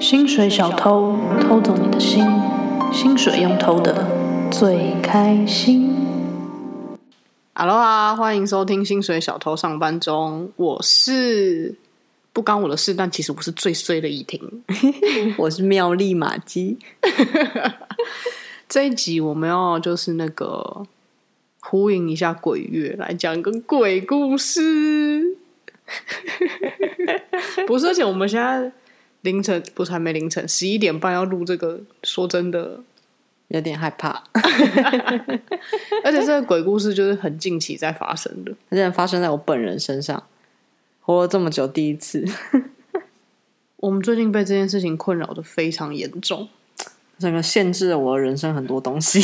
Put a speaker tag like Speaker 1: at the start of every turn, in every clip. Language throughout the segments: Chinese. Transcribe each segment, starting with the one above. Speaker 1: 薪水小偷偷走你的心，薪水用偷的最开心。
Speaker 2: Hello 啊，欢迎收听《薪水小偷上班中》，我是不干我的事，但其实我是最衰的一 婷。
Speaker 3: 我是妙丽玛姬，
Speaker 2: 这一集我们要就是那个呼应一下鬼月，来讲个鬼故事。不是，而且我们现在凌晨不是还没凌晨十一点半要录这个，说真的，
Speaker 3: 有点害怕。
Speaker 2: 而且这个鬼故事就是很近期在发生的。
Speaker 3: 它竟然发生在我本人身上，活了这么久第一次，
Speaker 2: 我们最近被这件事情困扰的非常严重。
Speaker 3: 整个限制了我的人生很多 东西。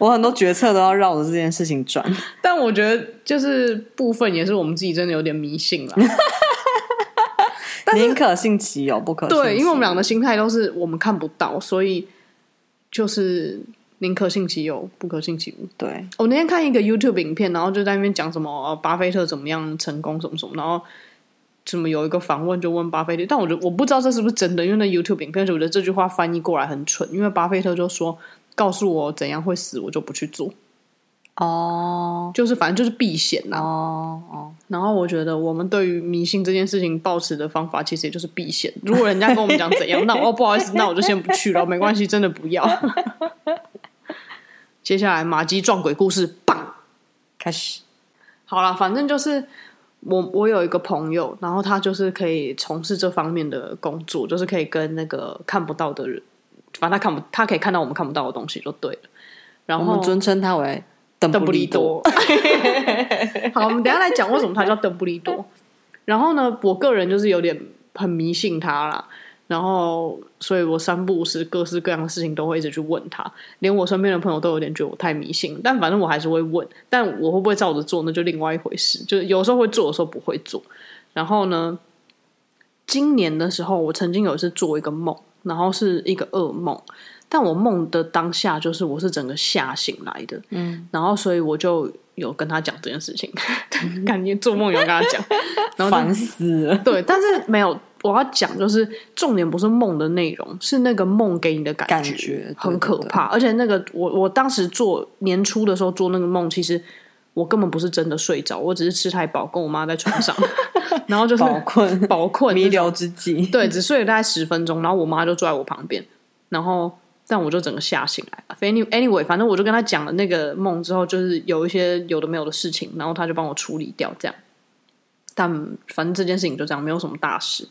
Speaker 3: 我很多决策都要绕着这件事情转。
Speaker 2: 但我觉得就是部分也是我们自己真的有点迷信了，
Speaker 3: 宁可信其有，不可信
Speaker 2: 对，因为我们俩
Speaker 3: 个
Speaker 2: 的心态都是我们看不到，所以就是宁可信其有，不可信其无。
Speaker 3: 对
Speaker 2: 我那天看一个 YouTube 影片，然后就在那边讲什么、哦巴菲特怎么样成功什么什么，然后怎么有一个访问就问巴菲特，但我觉得我不知道这是不是真的，因为那 YouTube 影片，我觉得这句话翻译过来很蠢，因为巴菲特就说告诉我怎样会死，我就不去做，
Speaker 3: 哦
Speaker 2: 就是反正就是避险啊呐、
Speaker 3: 哦哦，
Speaker 2: 然后我觉得我们对于迷信这件事情抱持的方法，其实也就是避险。如果人家跟我们讲怎样，那 我哦不好意思，那我就先不去了，没关系，真的不要。 接下来马基撞鬼故事，棒！
Speaker 3: 开始
Speaker 2: 好了，反正就是我我有一个朋友，然后他就是可以从事这方面的工作，就是可以跟那个看不到的人，反正他看不，他可以看到我们看不到的东西就对了。然
Speaker 3: 我
Speaker 2: 后
Speaker 3: 们尊称他为邓
Speaker 2: 邓
Speaker 3: 布
Speaker 2: 布利
Speaker 3: 利多
Speaker 2: 多。好，我们等一下来讲为什么他叫邓布利多。然后呢，我个人就是有点很迷信他啦，然后所以我三不五时各式各样的事情都会一直去问他，连我身边的朋友都有点觉得我太迷信，但反正我还是会问，但我会不会照着做那就另外一回事，就是有时候会做，有时候不会做。然后呢，今年的时候，我曾经有一次做一个梦，然后是一个噩梦。但我梦的当下，就是我是整个吓醒来的，嗯，然后所以我就有跟他讲这件事情，
Speaker 3: 嗯
Speaker 2: 感觉做梦有跟他讲， 然后就
Speaker 3: 烦 死了，
Speaker 2: 对，但是没有，我要讲就是重点不是梦的内容，是那个梦给你的感
Speaker 3: 感觉对
Speaker 2: 很可怕。而且那个我我当时做年初的时候做那个梦，其实我根本不是真的睡着，我只是吃太饱，跟我妈在床 上，然后就是
Speaker 3: 饱困
Speaker 2: 饱困
Speaker 3: 弥
Speaker 2: 那种
Speaker 3: 留之际。
Speaker 2: 对，只睡了大概十分钟，然后我妈就坐在我旁边，然后但我就整个吓醒来了。反正 anyway，反正我就跟她讲了那个梦之后，就是有一些有的没有的事情，然后她就帮我处理掉这样。但反正这件事情就这样，没有什么大事。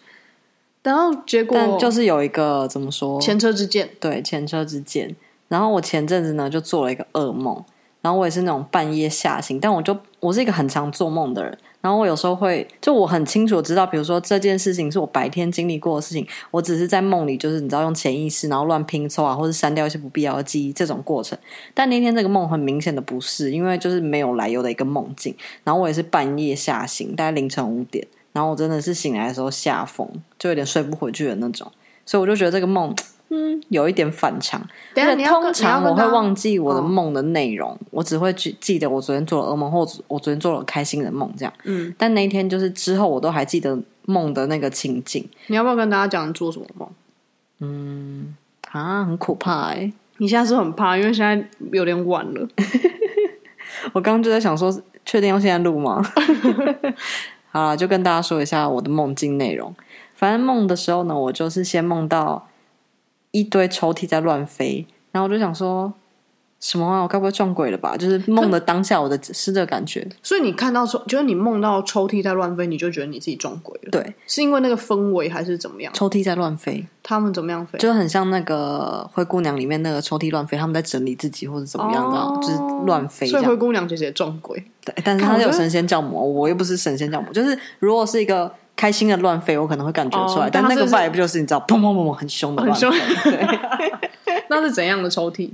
Speaker 2: 然后结果
Speaker 3: 但就是有一个怎么说
Speaker 2: 前车之鉴，
Speaker 3: 对，前车之鉴。然后我前阵子呢就做了一个噩梦，然后我也是那种半夜吓醒，但我就我是一个很常做梦的人，然后我有时候会就我很清楚地知道，比如说这件事情是我白天经历过的事情，我只是在梦里就是你知道用潜意识然后乱拼凑啊，或者删掉一些不必要的记忆这种过程。但那天这个梦很明显的不是，因为就是没有来由的一个梦境，然后我也是半夜吓醒，大概凌晨五点，然后我真的是醒来的时候吓疯，就有点睡不回去的那种，所以我就觉得这个梦。嗯，有一点反常，
Speaker 2: 等一下
Speaker 3: 而
Speaker 2: 你
Speaker 3: 且
Speaker 2: 要
Speaker 3: 通
Speaker 2: 跟
Speaker 3: 常我会忘，记我的
Speaker 2: 哦
Speaker 3: 梦的内容，我只会记记得我昨天做了噩梦，或者我昨天做了开心的梦这样。
Speaker 2: 嗯，
Speaker 3: 但那一天就是之后，我都还记得梦的那个情景
Speaker 2: 你要不要跟大家讲你做什么梦？
Speaker 3: 啊，很可怕哎、
Speaker 2: 你现在是很怕，因为现在有点晚了。
Speaker 3: 我刚刚就在想说，确定要现在 录吗？好啦，就跟大家说一下我的梦境内容。反正梦的时候呢，我就是先梦到一堆抽屉在乱飞，然后我就想说，什么啊，我该不会撞鬼了吧？就是梦的当下，我的是这个感觉。
Speaker 2: 所以你看到抽，就是你梦到抽屉在乱飞，你就觉得你自己撞鬼了，
Speaker 3: 对，
Speaker 2: 是因为那个氛围还是怎么样？
Speaker 3: 抽屉在乱飞，
Speaker 2: 他们怎么样飞？
Speaker 3: 就很像那个《灰姑娘》里面那个抽屉乱飞，他们在整理自己或者怎么样的，
Speaker 2: 哦
Speaker 3: 就是乱飞
Speaker 2: 所
Speaker 3: 这
Speaker 2: 以灰
Speaker 3: 样。
Speaker 2: 姑娘其实也撞鬼，
Speaker 3: 对但是
Speaker 2: 看我
Speaker 3: 它
Speaker 2: 觉
Speaker 3: 有
Speaker 2: 得
Speaker 3: 神仙教母，我又不是神仙教母，就是如果是一个开心的乱飞，我可能会感觉出来，
Speaker 2: 哦
Speaker 3: 但
Speaker 2: 但它
Speaker 3: 那个
Speaker 2: 是
Speaker 3: vibe 就是你知道，砰砰砰砰，很凶的
Speaker 2: 很
Speaker 3: 乱飞
Speaker 2: 凶。
Speaker 3: 对，
Speaker 2: 那是怎样的抽 屉？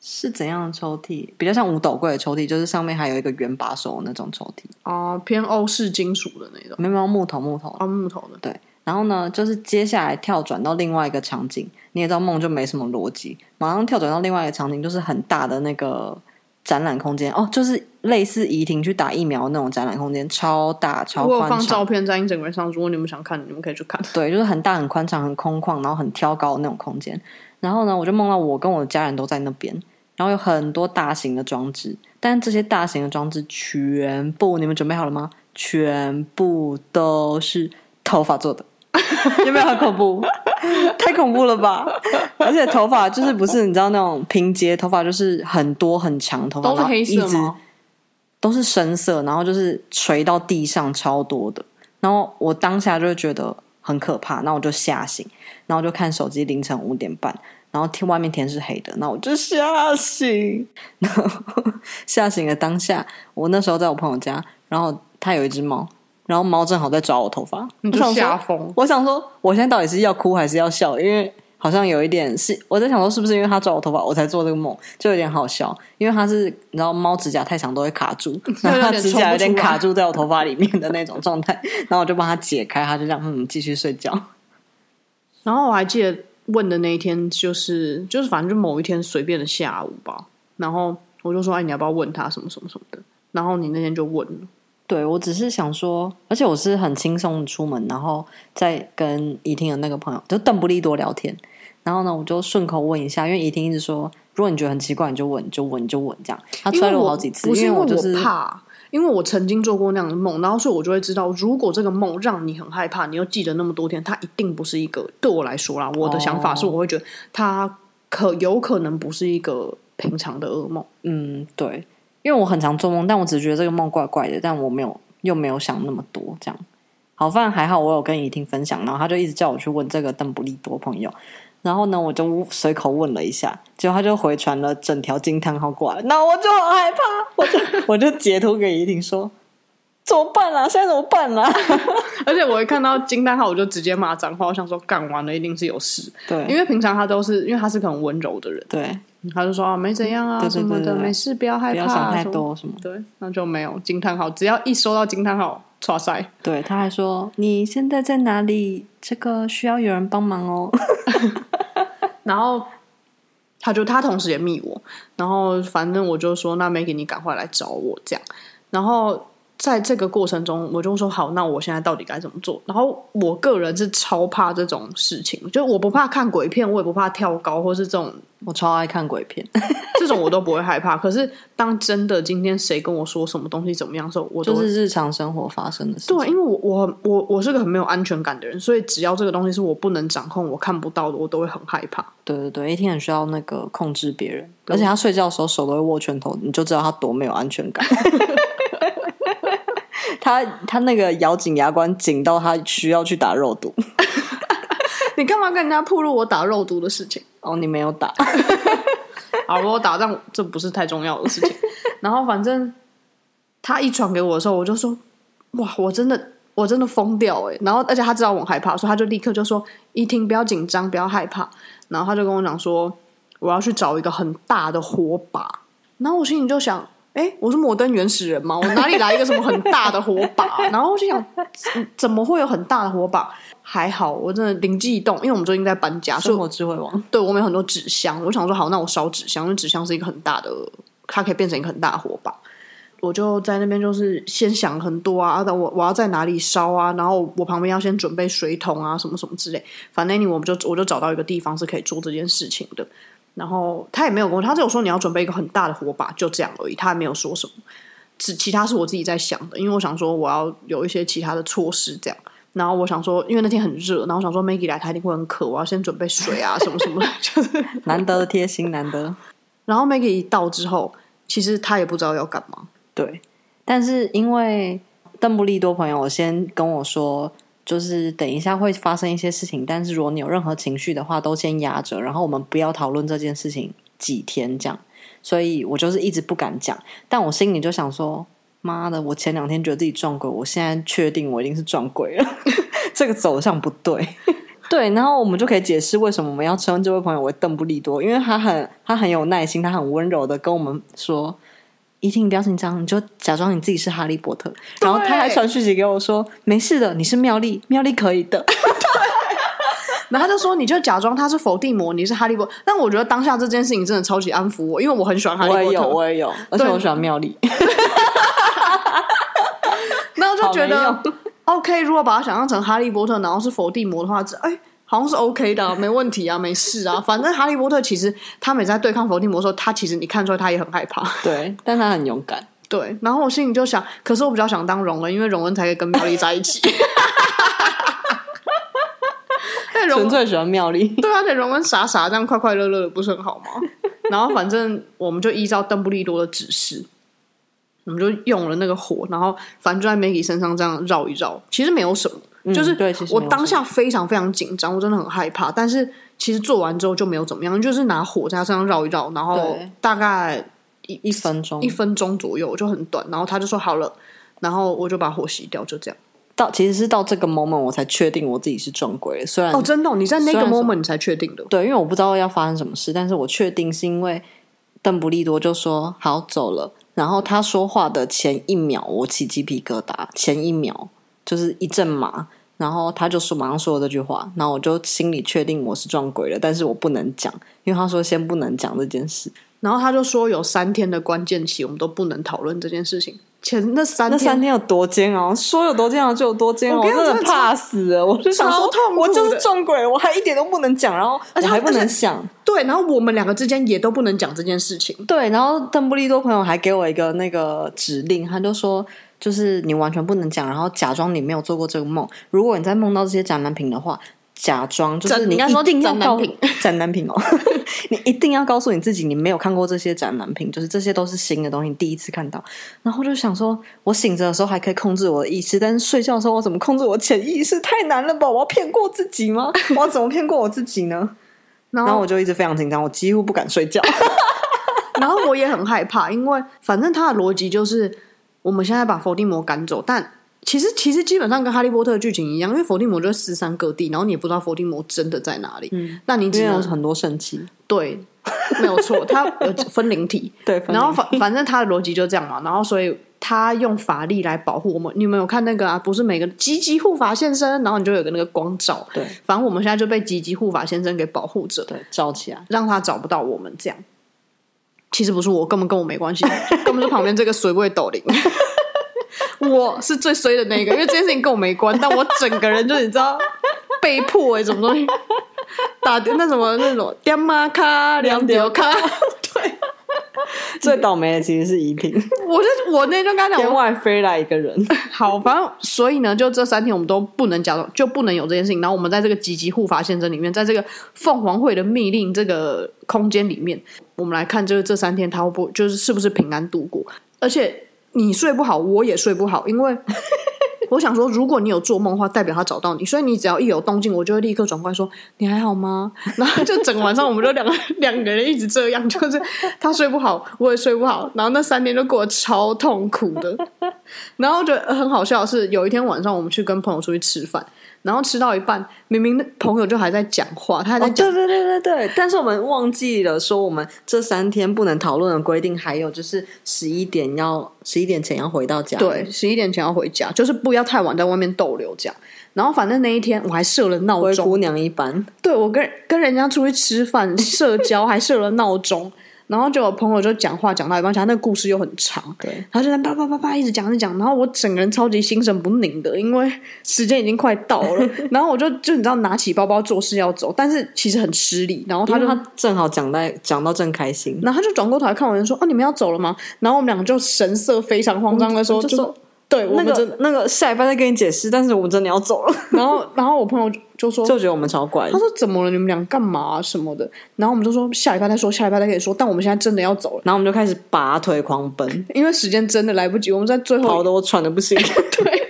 Speaker 3: 是怎样的抽屉？比较像五斗柜的抽屉，就是上面还有一个圆把手的那种抽屉，
Speaker 2: 哦，偏欧式金属的那种，
Speaker 3: 没有没有木头木头的
Speaker 2: 哦，木头的。
Speaker 3: 对，然后呢，就是接下来跳转到另外一个场景，你也知道梦就没什么逻辑，马上跳转到另外一个场景，就是很大的那个展览空间哦，就是类似怡婷去打疫苗那种展览空间，超大超
Speaker 2: 我有
Speaker 3: 宽
Speaker 2: 放
Speaker 3: 敞
Speaker 2: 照，片在 Instagram 上，如果你们想看，你们可以去看。
Speaker 3: 对，就是很大很宽敞、很空旷，然后很挑高的那种空间。然后呢，我就梦到我跟我的家人都在那边，然后有很多大型的装置，但这些大型的装置全部，你们准备好了吗？全部都是头发做的， 有没有很恐怖？ 太恐怖了吧！而且头发就是不是你知道那种拼接头发，就是很多很长头发，
Speaker 2: 都是
Speaker 3: 然后
Speaker 2: 黑色
Speaker 3: 一直
Speaker 2: 吗？
Speaker 3: 都是深色，然后就是垂到地上超多的。然后我当下就会觉得很可怕，那我就吓醒，然后就看手机凌晨五点半，然后天外面天是黑的，那我就吓醒，然后吓醒了当下，我那时候在我朋友家，然后他有一只猫，然后猫正好在抓我头发，
Speaker 2: 你
Speaker 3: 我
Speaker 2: 就
Speaker 3: 想说
Speaker 2: 吓疯。
Speaker 3: 我想说，我现在到底是要哭还是要笑？因为好像有一点是，我在想说，是不是因为他抓我头发，我才做这个梦，就有点好笑。因为他是，你知道，猫指甲太长都会卡 住，然后它指甲有点卡住在我头发里面的那种状态，然后我就帮它解开，它就这样嗯继续睡觉。
Speaker 2: 然后我还记得问的那一天，就是就是反正就某一天随便的下午吧，然后我就说，哎，你要不要问他什么什么什么的？然后你那天就问了，
Speaker 3: 对我只是想说，而且我是很轻松的出门，然后再跟怡婷的那个朋友，就邓布利多聊天。然后呢，我就顺口问一下，因为怡婷一直说，如果你觉得很奇怪，你就问，你就问，你就问，这样。她
Speaker 2: 因为
Speaker 3: 催啊了
Speaker 2: 我
Speaker 3: 好几次，
Speaker 2: 不是
Speaker 3: 因
Speaker 2: 因为
Speaker 3: 我就是
Speaker 2: 怕。因为我曾经做过那样的梦，然后所以我就会知道，如果这个梦让你很害怕，你又记得那么多天，它一定不是一个对我来说啦。我的想法是，
Speaker 3: 哦
Speaker 2: 我会觉得它可有可能不是一个平常的噩梦。
Speaker 3: 嗯，对，因为我很常做梦，但我只觉得这个梦怪怪的，但我没有又没有想那么多这样。好，反正还好，我有跟怡婷分享，然后她就一直叫我去问这个邓布利多朋友，然后呢，我就随口问了一下，结果他就回传了整条惊叹号过来，那我就很害怕，我就我就截图给怡婷说，怎么办啦、现在怎么办啊啦、
Speaker 2: 而且我一看到惊叹号，我就直接骂脏话，我想说干完了一定是有事，
Speaker 3: 对，
Speaker 2: 因为平常他都是因为他是个很温柔的人，
Speaker 3: 对，
Speaker 2: 他就说啊没怎样啊
Speaker 3: 对对
Speaker 2: 什么
Speaker 3: 对
Speaker 2: 的，
Speaker 3: 对对
Speaker 2: 没事，不要害
Speaker 3: 不
Speaker 2: 怕
Speaker 3: 要
Speaker 2: 啊，
Speaker 3: 想太
Speaker 2: 什么。
Speaker 3: 多什么的。
Speaker 2: 对，那就没有惊叹号，只要一收到惊叹号，唰塞，
Speaker 3: 对，他还说你现在在哪里？这个需要有人帮忙哦。
Speaker 2: 然后他就他同时也密我，然后反正我就说那 Maggie 你赶快来找我这样，然后。在这个过程中，我就说好，那我现在到底该怎么做？然后我个人是超怕这种事情，就我不怕看鬼片，我也不怕跳高，或是这种
Speaker 3: 我超爱看鬼片。
Speaker 2: 这种我都不会害怕。可是当真的今天谁跟我说什么东西怎么样的时候，我都
Speaker 3: 就
Speaker 2: 会
Speaker 3: 是日常生活发生的事情。
Speaker 2: 对，因为我我我我是个很没有安全感的人，所以只要这个东西是我不能掌控、我看不到的，我都会很害怕。
Speaker 3: 对对对，一天很需要那个控制别人，而且他睡觉的时候手都会握拳头，你就知道他多没有安全感。 他他那个咬紧牙关，紧到他需要去打肉毒。
Speaker 2: 你干嘛跟人家暴露我打肉毒的事情？
Speaker 3: 哦，你没有打，
Speaker 2: 好，我打仗这不是太重要的事情。 然后反正他一传给我的时候，我就说：“哇，我真的我真的疯掉哎、欸！”然后而且他知道我很害怕，所以他就立刻就说：“一听不要紧张，不要害怕。”然后他就跟我讲说：“我要去找一个很大的火把。”然后我心里就想。哎，我是摩登原始人吗？我哪里来一个什么很大的火把？啊 然后我就想，怎怎么会有很大的火把？还好，我真的灵机一动，因为我们最近在搬家，所以
Speaker 3: 生活智慧王。
Speaker 2: 对我们有很多纸箱，我想说好，那我烧纸箱，因为纸箱是一个很大的，它可以变成一个很大的火把。我就在那边就是先想很多啊，那我我要在哪里烧啊，然后我旁边要先准备水桶啊，什么什么之类。反正你我们就我就找到一个地方是可以做这件事情的。然后他也没有跟我，他只有说你要准备一个很大的火把，就这样而已，他也没有说什么。只其他是我自己在想的，因为我想说我要有一些其他的措施这样。然后我想说，因为那天很热，然后我想说 Maggie 来，她一定会很渴，我要先准备水 啊，什么什么的，就是。
Speaker 3: 难得的贴心，难得。
Speaker 2: 然后 Maggie 一到之后，其实她也不知道要干嘛，
Speaker 3: 对，但是因为邓布利多朋友先跟我说，就是等一下会发生一些事情，但是如果你有任何情绪的话，都先压着，然后我们不要讨论这件事情几天这样。所以我就是一直不敢讲，但我心里就想说，妈的，我前两天觉得自己撞鬼，我现在确定我一定是撞鬼了， 这个走向不对。对，然后我们就可以解释为什么我们要称这位朋友为邓布利多，因为他很他很有耐心，他很温柔的跟我们说，一定不要紧张，你就假装你自己是哈利波特。然后他还传讯息给我说：“没事的，你是妙丽，妙丽可以的。”
Speaker 2: 然后他就说，你就假装他是否地魔，你是哈利波特。但我觉得当下这件事情真的超级安抚我，因为我很喜欢哈利
Speaker 3: 我也
Speaker 2: 波
Speaker 3: 有，
Speaker 2: 特，
Speaker 3: 我也有，而且
Speaker 2: 对
Speaker 3: 我喜欢妙丽，
Speaker 2: 然后就
Speaker 3: 好
Speaker 2: 觉
Speaker 3: 没
Speaker 2: 得
Speaker 3: 用
Speaker 2: OK，如果把它想象成哈利波特，然后是否地魔的话，这哎。好像是 OK 的啊、没问题啊，没事啊。反正哈利波特其实他每次在对抗伏地魔的时候，他其实你看出来他也很害怕。
Speaker 3: 对，但她很勇敢。
Speaker 2: 对，然后我心里就想，可是我比较想当荣恩，因为荣恩才可以跟妙丽在一起。 但荣
Speaker 3: 纯粹喜欢妙丽，
Speaker 2: 对啊，而且荣恩傻傻这样快快乐乐的，不是很 好吗？然后反正我们就依照邓布利多的指示，我们就用了那个火，然后反正就在 Maggie 身上这样绕一绕，其实没有什么。就是
Speaker 3: 嗯对其实
Speaker 2: 我
Speaker 3: 没有
Speaker 2: 当
Speaker 3: 什么
Speaker 2: 下非常非常紧张，我真的很害怕。但是其实做完之后就没有怎么样，就是拿火在他身上绕一绕，然后
Speaker 3: 对
Speaker 2: 大概
Speaker 3: 一分钟
Speaker 2: 一分钟左右，就很短。然后他就说好了，然后我就把火熄掉，就这样。
Speaker 3: 到其实是到这个 moment 我才确定我自己是撞鬼的，虽然
Speaker 2: 哦，真的哦、你在那
Speaker 3: 虽
Speaker 2: 个
Speaker 3: 然说
Speaker 2: moment 你才确定的。
Speaker 3: 对，因为我不知道要发生什么事，但是我确定是因为邓布利多就说好走了，然后他说话的前一秒我起鸡皮疙瘩，前一秒就是一阵麻，然后他就说马上说了这句话，然后我就心里确定我是撞鬼了，但是我不能讲，因为他说先不能讲这件事，
Speaker 2: 然后他就说有三天的关键期，我们都不能讨论这件事情。前那三
Speaker 3: 那
Speaker 2: 天，
Speaker 3: 三天有多煎熬，说有多煎熬就有多煎熬，
Speaker 2: 我
Speaker 3: 我
Speaker 2: 跟你讲
Speaker 3: 真的
Speaker 2: 真的
Speaker 3: 怕死了，我就想
Speaker 2: 超
Speaker 3: 说
Speaker 2: 痛苦
Speaker 3: 我就
Speaker 2: 的
Speaker 3: 是撞鬼，我还一点都不能讲，然后
Speaker 2: 而且
Speaker 3: 我还不
Speaker 2: 而且
Speaker 3: 能想。
Speaker 2: 对，然后我们两个之间也都不能讲这件事 情。
Speaker 3: 对，然后邓布利多朋友还给我一个那个指令，他就说，就是你完全不能讲，然后假装你没有做过这个梦。如果你在梦到这些展览品的话，假装就
Speaker 2: 展
Speaker 3: 是
Speaker 2: 你应
Speaker 3: 你
Speaker 2: 该
Speaker 3: 一
Speaker 2: 说
Speaker 3: 定要
Speaker 2: 展览
Speaker 3: 告
Speaker 2: 品
Speaker 3: 展览品哦，你一定要告诉你自己你没有看过这些展览品，就是这些都是新的东西，你第一次看到。然后我就想说，我醒着的时候还可以控制我的意识，但是睡觉的时候我怎么控制我潜意识？太难了吧！我要骗过自己吗？我要怎么骗过我自己呢？
Speaker 2: 然
Speaker 3: 然后我
Speaker 2: 后，
Speaker 3: 就一直非常紧张，我几乎不敢睡觉。
Speaker 2: 然后我也很害怕，因为反正他的逻辑就是，我们现在把伏地魔赶走，但其实其实基本上跟哈利波特的剧情一样，因为伏地魔就是四散各地，然后你也不知道伏地魔真的在哪里。嗯，那你只
Speaker 3: 因为有
Speaker 2: 能
Speaker 3: 很多圣器，
Speaker 2: 对，没有错，他有分灵体，
Speaker 3: 对
Speaker 2: 然后
Speaker 3: 反
Speaker 2: 反反正他的逻辑就这样嘛，然后所以他用法力来保护我们。你们有看那个啊？不是每个积极护法先生，然后你就有个那个光照。
Speaker 3: 对，
Speaker 2: 反正我们现在就被积极护法先生给保护着，
Speaker 3: 对，罩起来。
Speaker 2: 让他找不到我们。这样其实不是我，根本跟我没关系， 根本是旁边这个水位斗灵。 我是最衰的那个，因为这件事情跟我没关，但我整个人就你知道被迫哎、什么东西打那什么那种爹妈卡两屌卡，对
Speaker 3: 最倒霉的其实是怡萍，
Speaker 2: 我就我 那天就跟他讲，
Speaker 3: 天
Speaker 2: 我
Speaker 3: 外飞来一 个人，
Speaker 2: 好，反正所以呢，就这三天我们都不能假装，就不能有这件事情。然后我们在这个积极护法先生里面，在这个凤凰会的密令这个空间里面，我们来看就是这三天他会不就是是不是平安度过？而且你睡不好，我也睡不好，因 为我想说，如果你有做梦的话，代表他找到你，所以你只要一有动静，我就会立刻转过来说你还好吗？ 然后就整个晚上我们就两个 两个人一直这样，就是他睡不好，我也睡不好，然后那三天就过得超痛苦的。然后觉得很好笑的是，有一天晚上我们去跟朋友出去吃饭，然后吃到一半，明明那朋友就还在讲话，他还在
Speaker 3: 对
Speaker 2: 讲。
Speaker 3: 哦对对对对。但是我们忘记了说，我们这三天不能讨论的规定，还有就是十一点要十一点前要回到家。
Speaker 2: 对，，十一点前要回家，就是不要太晚在外面逗留这样。然后反正那一天我还设了闹
Speaker 3: 灰
Speaker 2: 钟，
Speaker 3: 姑娘一般，
Speaker 2: 对我跟跟人家出去吃饭、社交，还设了闹钟， 然后就有朋友就讲话讲到一半，而且他那个故事又很长，
Speaker 3: 对，
Speaker 2: 他就在叭叭叭叭一直讲一直讲，然后我整个人超级心神不宁的，因为时间已经快到 了，然后我就就你知道拿起包包做事要走，但是其实很吃力，然后他
Speaker 3: 因
Speaker 2: 就
Speaker 3: 为她嗯正好讲到讲到正开心，
Speaker 2: 然后他就转过头来看我，就说：“哦，你们要走了吗？”然后我们两个就神色非常慌张的说：“
Speaker 3: 就说。
Speaker 2: 对，我
Speaker 3: 那
Speaker 2: 们真的。
Speaker 3: 个那个下一班再跟你解释，但是我们真的要走了，
Speaker 2: 然后，然后我朋友就就说：“
Speaker 3: 就觉得我们超怪
Speaker 2: 他。说怎么了？你们俩干嘛、什么的？”然后我们就说：“下礼拜再说，下礼拜再跟你说。”但我们现在真的要走了，
Speaker 3: 然后我们就开始拔腿狂奔，
Speaker 2: 因为时间真的来不及。我们在最
Speaker 3: 跑
Speaker 2: 后
Speaker 3: 得我喘的不行。
Speaker 2: 对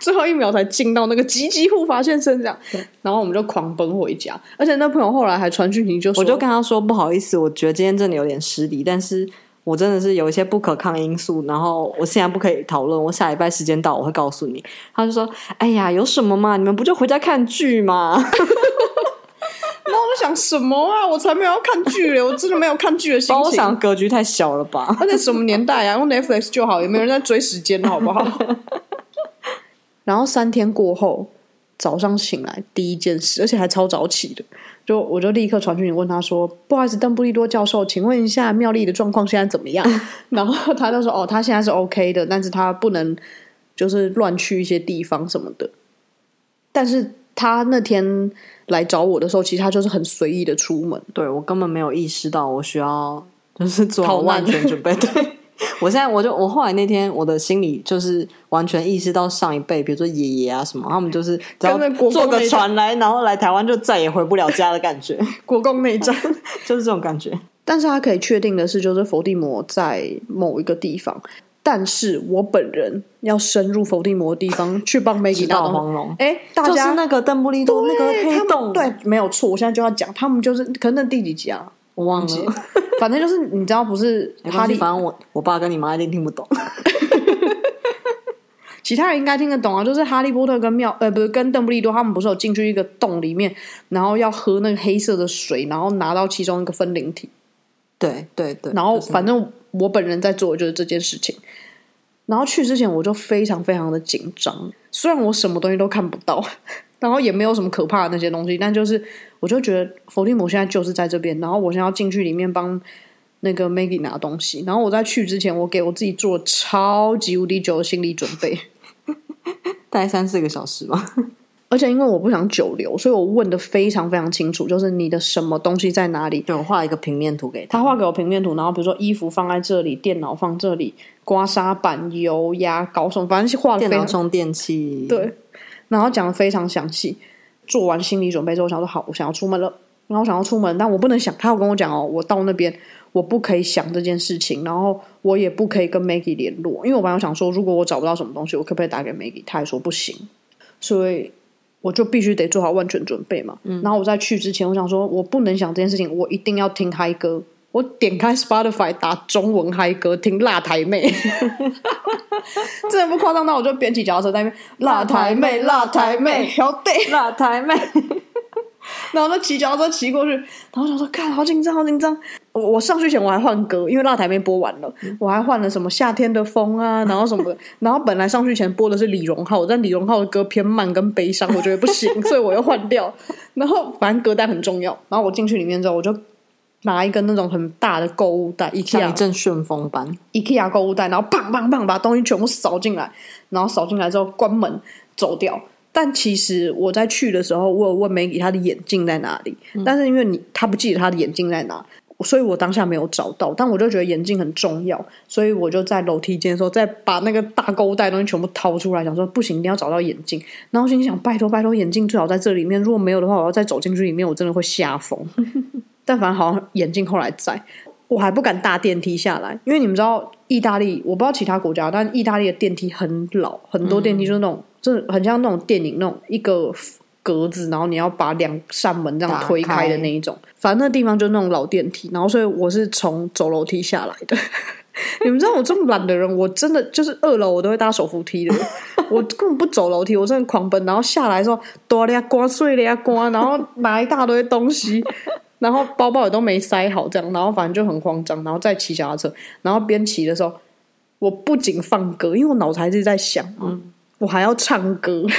Speaker 2: 最后一秒才进到那个急急护法线身这样，然后我们就狂奔回家。而且那朋友后来还传讯息就说：“
Speaker 3: 我就跟他说不好意思，我觉得今天真的有点失礼，但是我真的是有一些不可抗因素，然后我现在不可以讨论，我下礼拜时间到我会告诉你。他就说：“哎呀，有什么嘛？你们不就回家看剧吗
Speaker 2: 然后我就想什么啊？我才没有要看剧嘞！我真的没有看剧的？”心
Speaker 3: 包我
Speaker 2: 情。
Speaker 3: 想格局太小了吧？
Speaker 2: 而且什么年 代啊，用 Netflix 就 好，也没有人在追时间了，好不好？然后三天过后，早上醒来第一件事，而且还超早起的，就我就立刻传讯息问他说：“不好意思，邓布利多教授，请问一下妙丽的状况现在怎么样？” 然后他就说：“哦，他现在是 OK 的，但是他不能就是乱去一些地方什么的。”但是他那天来找我的时候，其实他就是很随意的出门，
Speaker 3: 对我根本没有意识到我需要就是做好
Speaker 2: 逃难
Speaker 3: 万全准备。对，我现在我就我后来那天我的心里就是完全意识到上一辈，比如说爷爷啊什么，他们就是只要
Speaker 2: 跟那国
Speaker 3: 坐
Speaker 2: 光那
Speaker 3: 个
Speaker 2: 一趟
Speaker 3: 船来，然后来台湾就再也回不了家的感觉，
Speaker 2: 国共内战。
Speaker 3: 就是这种感觉。
Speaker 2: 但是他可以确定的是，就是伏地魔在某一个地方。但是我本人要深入伏地魔的地方去帮 Maggie
Speaker 3: 直
Speaker 2: 打
Speaker 3: 到
Speaker 2: 东西
Speaker 3: 黄龙，
Speaker 2: 哎，大
Speaker 3: 就
Speaker 2: 家
Speaker 3: 是那个邓布利多那个
Speaker 2: 对他
Speaker 3: 黑
Speaker 2: 们
Speaker 3: 洞，
Speaker 2: 对，没有错。我现在就要讲，他们就是可能那第几集啊？
Speaker 3: 我忘了。
Speaker 2: 反正就是你知道，不是
Speaker 3: 没
Speaker 2: 哈
Speaker 3: 关系
Speaker 2: 利，
Speaker 3: 反正我我爸跟你妈一定听不懂。
Speaker 2: 其他人应该听得懂啊。就是哈利波特跟妙呃，不是跟邓布利多他们不是有进去一个洞里面，然后要喝那个黑色的水，然后拿到其中一个分灵体。
Speaker 3: 对对对，
Speaker 2: 然后
Speaker 3: 就是
Speaker 2: 反正我本人在做的就是这件事情。然后去之前我就非常非常的紧张，虽然我什么东西都看不到， 然后也没有什么可怕的那些东西，但就是我就觉得伏地魔现在就是在这边，然后我现在要进去里面帮那个 Maggie 拿东西。然后我在去之前，我给我自己做超级无敌久的心理准备，
Speaker 3: 大概三四个小时吧。
Speaker 2: 而且因为我不想久留，所以我问的非常非常清楚，就是你的什么东西在哪里，
Speaker 3: 对，我画一个平面图给
Speaker 2: 他
Speaker 3: 他，
Speaker 2: 画给我平面图，然后比如说衣服放在这里，电脑放这里，刮痧板、油压、高什么，反正是画的
Speaker 3: 电
Speaker 2: 非
Speaker 3: 脑
Speaker 2: 常
Speaker 3: 充电器，
Speaker 2: 对，然后讲的非常详细。做完心理准备之后，我想说好，我想要出门了，然后我想要出门，但我不能想，他有跟我讲哦，我到那边我不可以想这件事情，然后我也不可以跟 Maggie 联络，因为我本来想说，如果我找不到什么东西，我可不可以打给 Maggie？他也说不行，所以我就必须得做好万全准备嘛。然后我在去之前，我想说，我不能想这件事情，我一定要听嗨歌。我点开 Spotify 打中文嗨歌，听辣台妹， 真的不夸张。那我就边骑脚踏车在那边辣台妹，辣台妹，好对。
Speaker 3: 辣台 妹，
Speaker 2: 然后就骑脚踏车骑过去，然后想说，看，好紧张，好紧张。我我上去前我还换歌，因为辣台妹播完了，我还换了什么夏天的风啊，然后什么的。然后本来上去前播的是李荣浩，但李荣浩的歌偏慢跟悲伤，我觉得不行，所以我又换掉。然后反正歌单很重要。然后我进去里面之后，我就拿一个那种很大的购物袋
Speaker 3: 像一
Speaker 2: ，IKEA
Speaker 3: 阵旋风般。
Speaker 2: IKEA 购物袋，然后砰砰砰把东西全部扫进来，然后扫进来之后关门走掉。但其实我在去的时候，我有问梅给他的眼镜在哪里，但是因为你他不记得他的眼镜在哪，所以我当下没有找到。但我就觉得眼镜很重要，所以我就在楼梯间的时候，再把那个大购物袋的东西全部掏出来，想说不行，一定要找到眼镜。然后心想，拜托拜托，眼镜最好在这里面，如果没有的话，我要再走进去里面，我真的会吓疯。但反正好像眼镜后来在，我还不敢搭电梯下来，因为你们知道意大利，我不知道其他国家，但意大利的电梯很老，很多电梯就是那种，真的很像那种电影那种一个格子，然后你要把两扇门这样推开的那一种。反正那地方就是那种老电梯，然后所以我是从走楼梯下来的。 你们知道我这么懒的人，我真的就是二楼我都会搭手扶梯的，我根本不走楼梯，我真的狂奔，然后下来的时候，哆了呀呱碎了呀呱，然后拿一大堆东西，然后包包也都没塞好，这样，然后反正就很慌张，然后再骑脚踏车，然后边骑的时候，我不仅放歌，因为我脑子还是在想，嗯，我还要唱歌，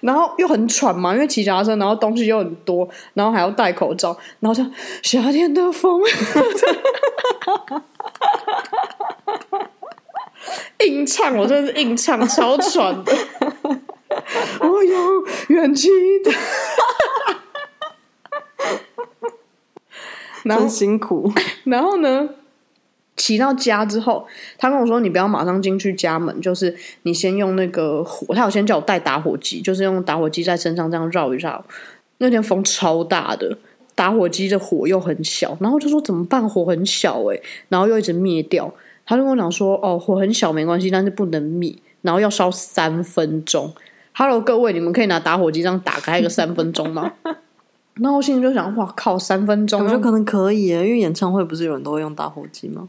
Speaker 2: 然后又很喘嘛，因为骑脚踏车，然后东西又很多，然后还要戴口罩，然后像夏天的风， 硬唱，我真的是硬唱，超喘的， 我有远期的。 然后
Speaker 3: 真辛苦，
Speaker 2: 然后呢，骑到家之后，他跟我说：“你不要马上进去家门，就是你先用那个火，他有先叫我带打火机，就是用打火机在身上这样绕一绕。那天风超大的，打火机的火又很小，然后我就说怎么办？火很小诶、然后又一直灭掉。他就跟我讲说：哦，火很小没关系，但是不能灭，然后要烧三分钟。Hello，各位，你们可以拿打火机这样打开一个三分钟吗？ 然后我心里就想，哇靠，三分钟，
Speaker 3: 我觉得可能可以耶，因为演唱会不是有人都会用打火机吗？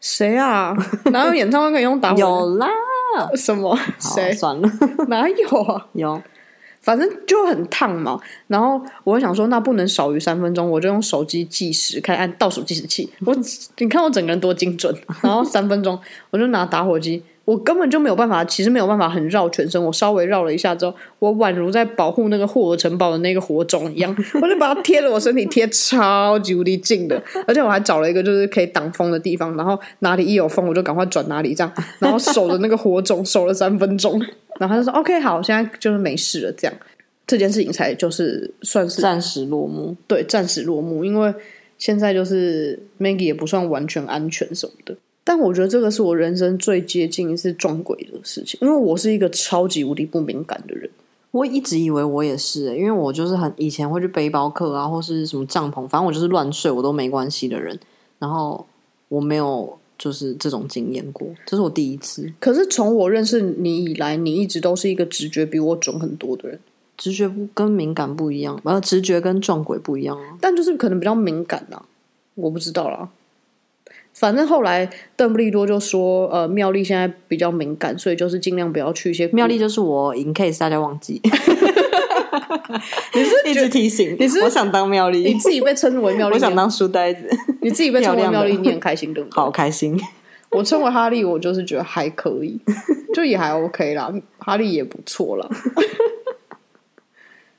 Speaker 2: 谁 啊？哪有演唱会可以用打火？
Speaker 3: 有啦，
Speaker 2: 什么？
Speaker 3: 好
Speaker 2: 谁？
Speaker 3: 算了，
Speaker 2: 哪有啊？
Speaker 3: 有
Speaker 2: 反正就很烫嘛。然后我想说，那不能少于三分钟，我就用手机计时，开按倒数计时器。我你看我整个人多精准。然后三分钟，我就拿打火机，我根本就没有办法，其实没有办法很绕全身。我稍微绕了一下之后，我宛如在保护那个霍尔城堡的那个火种一样，我就把它贴了我身体贴超级无敌近的，而且我还找了一个就是可以挡风的地方，然后哪里一有风我就赶快转哪里这样，然后守着那个火种守了三分钟，然后他就说 OK 好，现在就是没事了这样。这件事情才就是算是
Speaker 3: 暂时落幕。
Speaker 2: 对，暂时落幕，因为现在就是 Maggie 也不算完全安全什么的。但我觉得这个是我人生最接近一次撞鬼的事情，因为我是一个超级无敌不敏感的人。
Speaker 3: 我一直以为我也是、欸因为我就是很以前会去背包客啊，或是什么帐篷，反正我就是乱睡，我都没关系的人。然后我没有就是这种经验过，这是我第一次。
Speaker 2: 可是从我认识你以来，你一直都是一个直觉比我准很多的人，
Speaker 3: 直觉不跟敏感不一样，呃，直觉跟撞鬼不一样啊。
Speaker 2: 但就是可能比较敏感啊，我不知道啦。反正后来邓布利多就说，呃，妙丽现在比较敏感，所以就是尽量不要去一些
Speaker 3: 妙丽就是我，in case 大家忘 记。你是一直提醒，
Speaker 2: 你是
Speaker 3: 我想当妙
Speaker 2: 你
Speaker 3: 丽，
Speaker 2: 自己被称为妙丽，
Speaker 3: 我想当书呆 子，
Speaker 2: 你自己被称为妙
Speaker 3: 漂亮
Speaker 2: 丽，
Speaker 3: 的
Speaker 2: 你很开心对不对？
Speaker 3: 好开心。
Speaker 2: 我称为哈利，我就是觉得还可以，就也还 OK 啦，哈利也不错啦。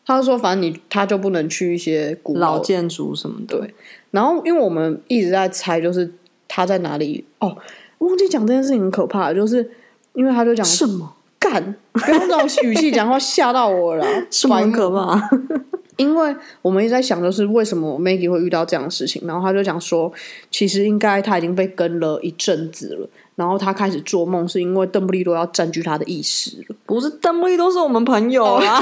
Speaker 2: 他就说，反正你他就不能去一些古
Speaker 3: 老
Speaker 2: 老
Speaker 3: 建筑什么的，
Speaker 2: 对然后，因为我们一直在猜，就是他在哪里哦，忘记讲这件事情很可怕，就是因为他就讲
Speaker 3: 什么
Speaker 2: 干，不用这种语气讲话，吓到我了，
Speaker 3: 什么很可怕？
Speaker 2: 因为我们一直在想，就是为什么 Maggie 会遇到这样的事情，然后他就讲说，其实应该他已经被跟了一阵子了，然后他开始做梦，是因为邓布利多要占据他的意识了。
Speaker 3: 不是邓布利多是我们朋友啊，
Speaker 2: 哦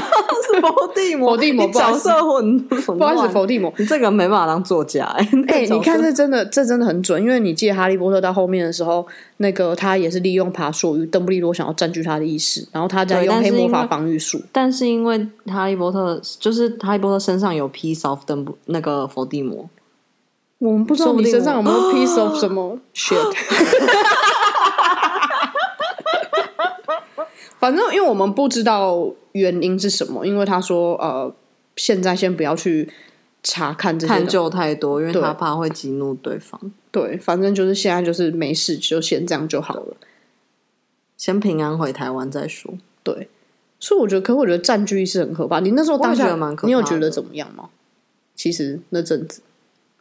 Speaker 3: 是伏地魔，
Speaker 2: 伏地魔
Speaker 3: 你
Speaker 2: 不好意
Speaker 3: 角
Speaker 2: 思
Speaker 3: 色混混
Speaker 2: 不好意思，
Speaker 3: 乱，
Speaker 2: 伏地魔，
Speaker 3: 啊你这个没办法当作家哎、
Speaker 2: 哎、
Speaker 3: 那个
Speaker 2: 你
Speaker 3: 角
Speaker 2: 看
Speaker 3: 色
Speaker 2: 这真的，这真的很准，因为你记得《哈利波特》到后面的时候，那个他也是利用爬索与邓布利多想要占据他的意识，然后他在
Speaker 3: 对
Speaker 2: 用
Speaker 3: 但
Speaker 2: 黑
Speaker 3: 是
Speaker 2: 魔
Speaker 3: 因
Speaker 2: 法
Speaker 3: 为
Speaker 2: 防御术。
Speaker 3: 但是因为哈利波特就是哈利波特身上有 piece of 邓布那个伏地魔，
Speaker 2: 我们不知道
Speaker 3: 说不
Speaker 2: 你
Speaker 3: 定
Speaker 2: 身上有
Speaker 3: 我
Speaker 2: 没有 piece of 什么 shit。反正因为我们不知道原因是什么，因为他说呃，现在先不要去查看这些
Speaker 3: 探
Speaker 2: 东西。
Speaker 3: 究太多，因为
Speaker 2: 对
Speaker 3: 他怕会激怒对方。
Speaker 2: 对，反正就是现在就是没事，就先这样就好了。
Speaker 3: 先平安回台湾再说。
Speaker 2: 对，所以我觉得，可我觉得占据意识很可怕。你那时候当
Speaker 3: 我也觉
Speaker 2: 下
Speaker 3: 得蛮可怕的
Speaker 2: 你有觉得怎么样吗？其实那阵子，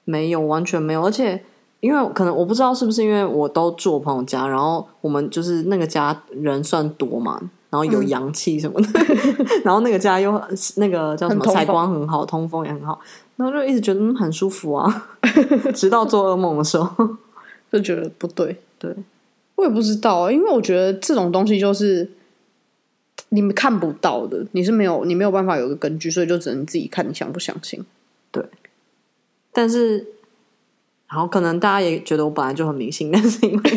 Speaker 3: 没有，完全没有。而且因为可能我不知道是不是因为我都住我朋友家，然后我们就是那个家人算多嘛，然后有
Speaker 2: 嗯
Speaker 3: 阳气什么的， 然后那个家又那个叫什
Speaker 2: 很
Speaker 3: 么
Speaker 2: 通风
Speaker 3: 采光很好，通风也很好，然后就一直觉得嗯很舒服啊， 直到做噩梦的时候。
Speaker 2: 就觉得不对。
Speaker 3: 对，
Speaker 2: 我也不知道啊，因为我觉得这种东西就是你们看不到的，你是没有你没有办法有一个根据，所以就只能自己看你相不相信。
Speaker 3: 但是，好，可能大家也觉得我本来就很迷信，但是因为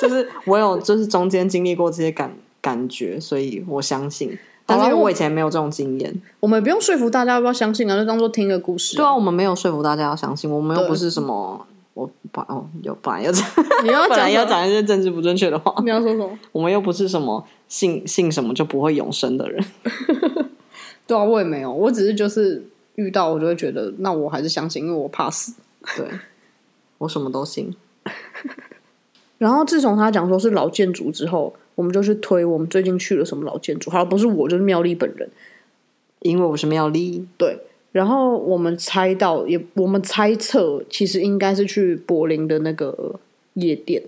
Speaker 3: 就是我有就是中间经历过这些感感觉，所以我相信。但是因为
Speaker 2: 啊我
Speaker 3: 我以前没有这种经验，
Speaker 2: 我们也不用说服大家要不要相信啊，就当做听个故事。
Speaker 3: 对啊，我们没有说服大家要相信，我们又
Speaker 2: 对
Speaker 3: 不是什么，我本哦有本来 要讲，
Speaker 2: 你要
Speaker 3: 啊本
Speaker 2: 讲
Speaker 3: 来要
Speaker 2: 什么，
Speaker 3: 讲一些政治不正确的话，
Speaker 2: 你要说什么？
Speaker 3: 我们又不是什么信信什么就不会永生的人，
Speaker 2: 对啊，我也没有，我只是就是遇到我就会觉得，那我还是相信，因为我怕死。
Speaker 3: 对 我什么都信，
Speaker 2: 然后自从他讲说是老建筑之后，我们就去推我们最近去了什么老建筑。好了，不是我，就是妙丽本人。
Speaker 3: 因为我是妙丽，
Speaker 2: 对，然后我们猜到，也我们猜测，其实应该是去柏林的那个夜店。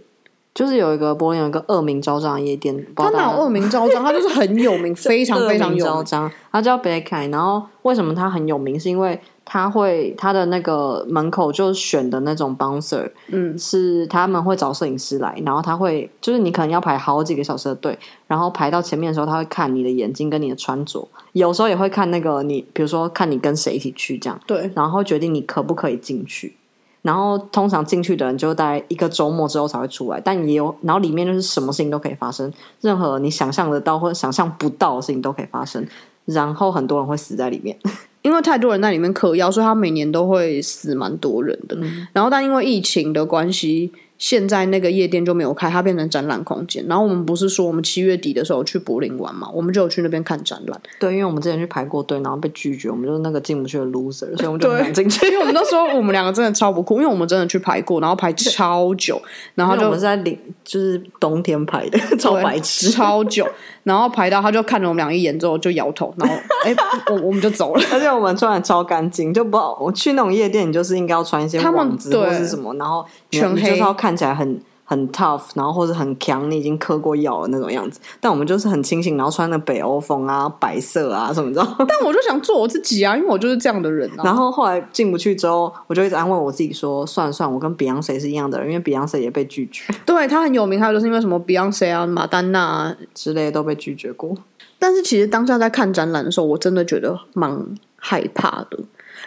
Speaker 3: 就是有一个柏林有一个恶名昭彰的夜店，不知
Speaker 2: 他
Speaker 3: 道大
Speaker 2: 哪
Speaker 3: 家
Speaker 2: 有恶名昭彰？他就是很有 名，非常非常
Speaker 3: 恶名
Speaker 2: 有
Speaker 3: 昭
Speaker 2: 名。
Speaker 3: 彰。他叫 b e c k 然后为什么他很有名？是因为他会他的那个门口就选的那种 bouncer，
Speaker 2: 嗯，
Speaker 3: 是他们会找摄影师来，然后他会就是你可能要排好几个小时的队，然后排到前面的时候，他会看你的眼睛跟你的穿着，有时候也会看那个你，比如说看你跟谁一起去这样，
Speaker 2: 对，
Speaker 3: 然后决定你可不可以进去。然后通常进去的人就大概一个周末之后才会出来，但也有，然后里面就是什么事情都可以发生，任何你想象得到或者想象不到的事情都可以发生。然后很多人会死在里面，
Speaker 2: 因为太多人在里嗯面嗑药，所以他每年都会死蛮多人的。然后，但因为疫情的关系，现在那个夜店就没有开，它变成展览空间。然后我们不是说我们七月底的时候去柏林玩嘛，我们就有去那边看展览。
Speaker 3: 对，因为我们之前去排过队，然后被拒绝，我们就是那个进不去的 loser，所以我们就不
Speaker 2: 对
Speaker 3: 想进 去。
Speaker 2: 因为我们那时候我们两个真的超不酷，因为我们真的去排过，然后排超久，然后
Speaker 3: 因为
Speaker 2: 就
Speaker 3: 我们是在零，就是冬天排的， 超
Speaker 2: 对
Speaker 3: 白痴。
Speaker 2: 超久，然后排到他就看了我们俩一眼之后就摇头，然后 哎、我我们就走了。
Speaker 3: 而且我们穿的超干净，就不好。我去那种夜店，你就是应该要穿一些
Speaker 2: 他们
Speaker 3: 网子
Speaker 2: 对
Speaker 3: 或是什么，然后你
Speaker 2: 全
Speaker 3: 你就是
Speaker 2: 黑
Speaker 3: 要看起来很很 tough，然后或者很强，你已经嗑过药的那种样子。但我们就是很清醒，然后穿的北欧风啊、白色啊什么的。
Speaker 2: 但我就想做我自己啊，因为我就是这样的人啊。
Speaker 3: 然后后来进不去之后，我就一直安慰我自己说：算了算了，我跟 Beyonce 是一样的人，因为 Beyonce 也被拒绝
Speaker 2: 对他很有名，还有就是因为什么 Beyonce 啊、马丹娜啊。
Speaker 3: 之类的都被拒绝过。
Speaker 2: 但是其实当下在看展览的时候，我真的觉得蛮害怕的，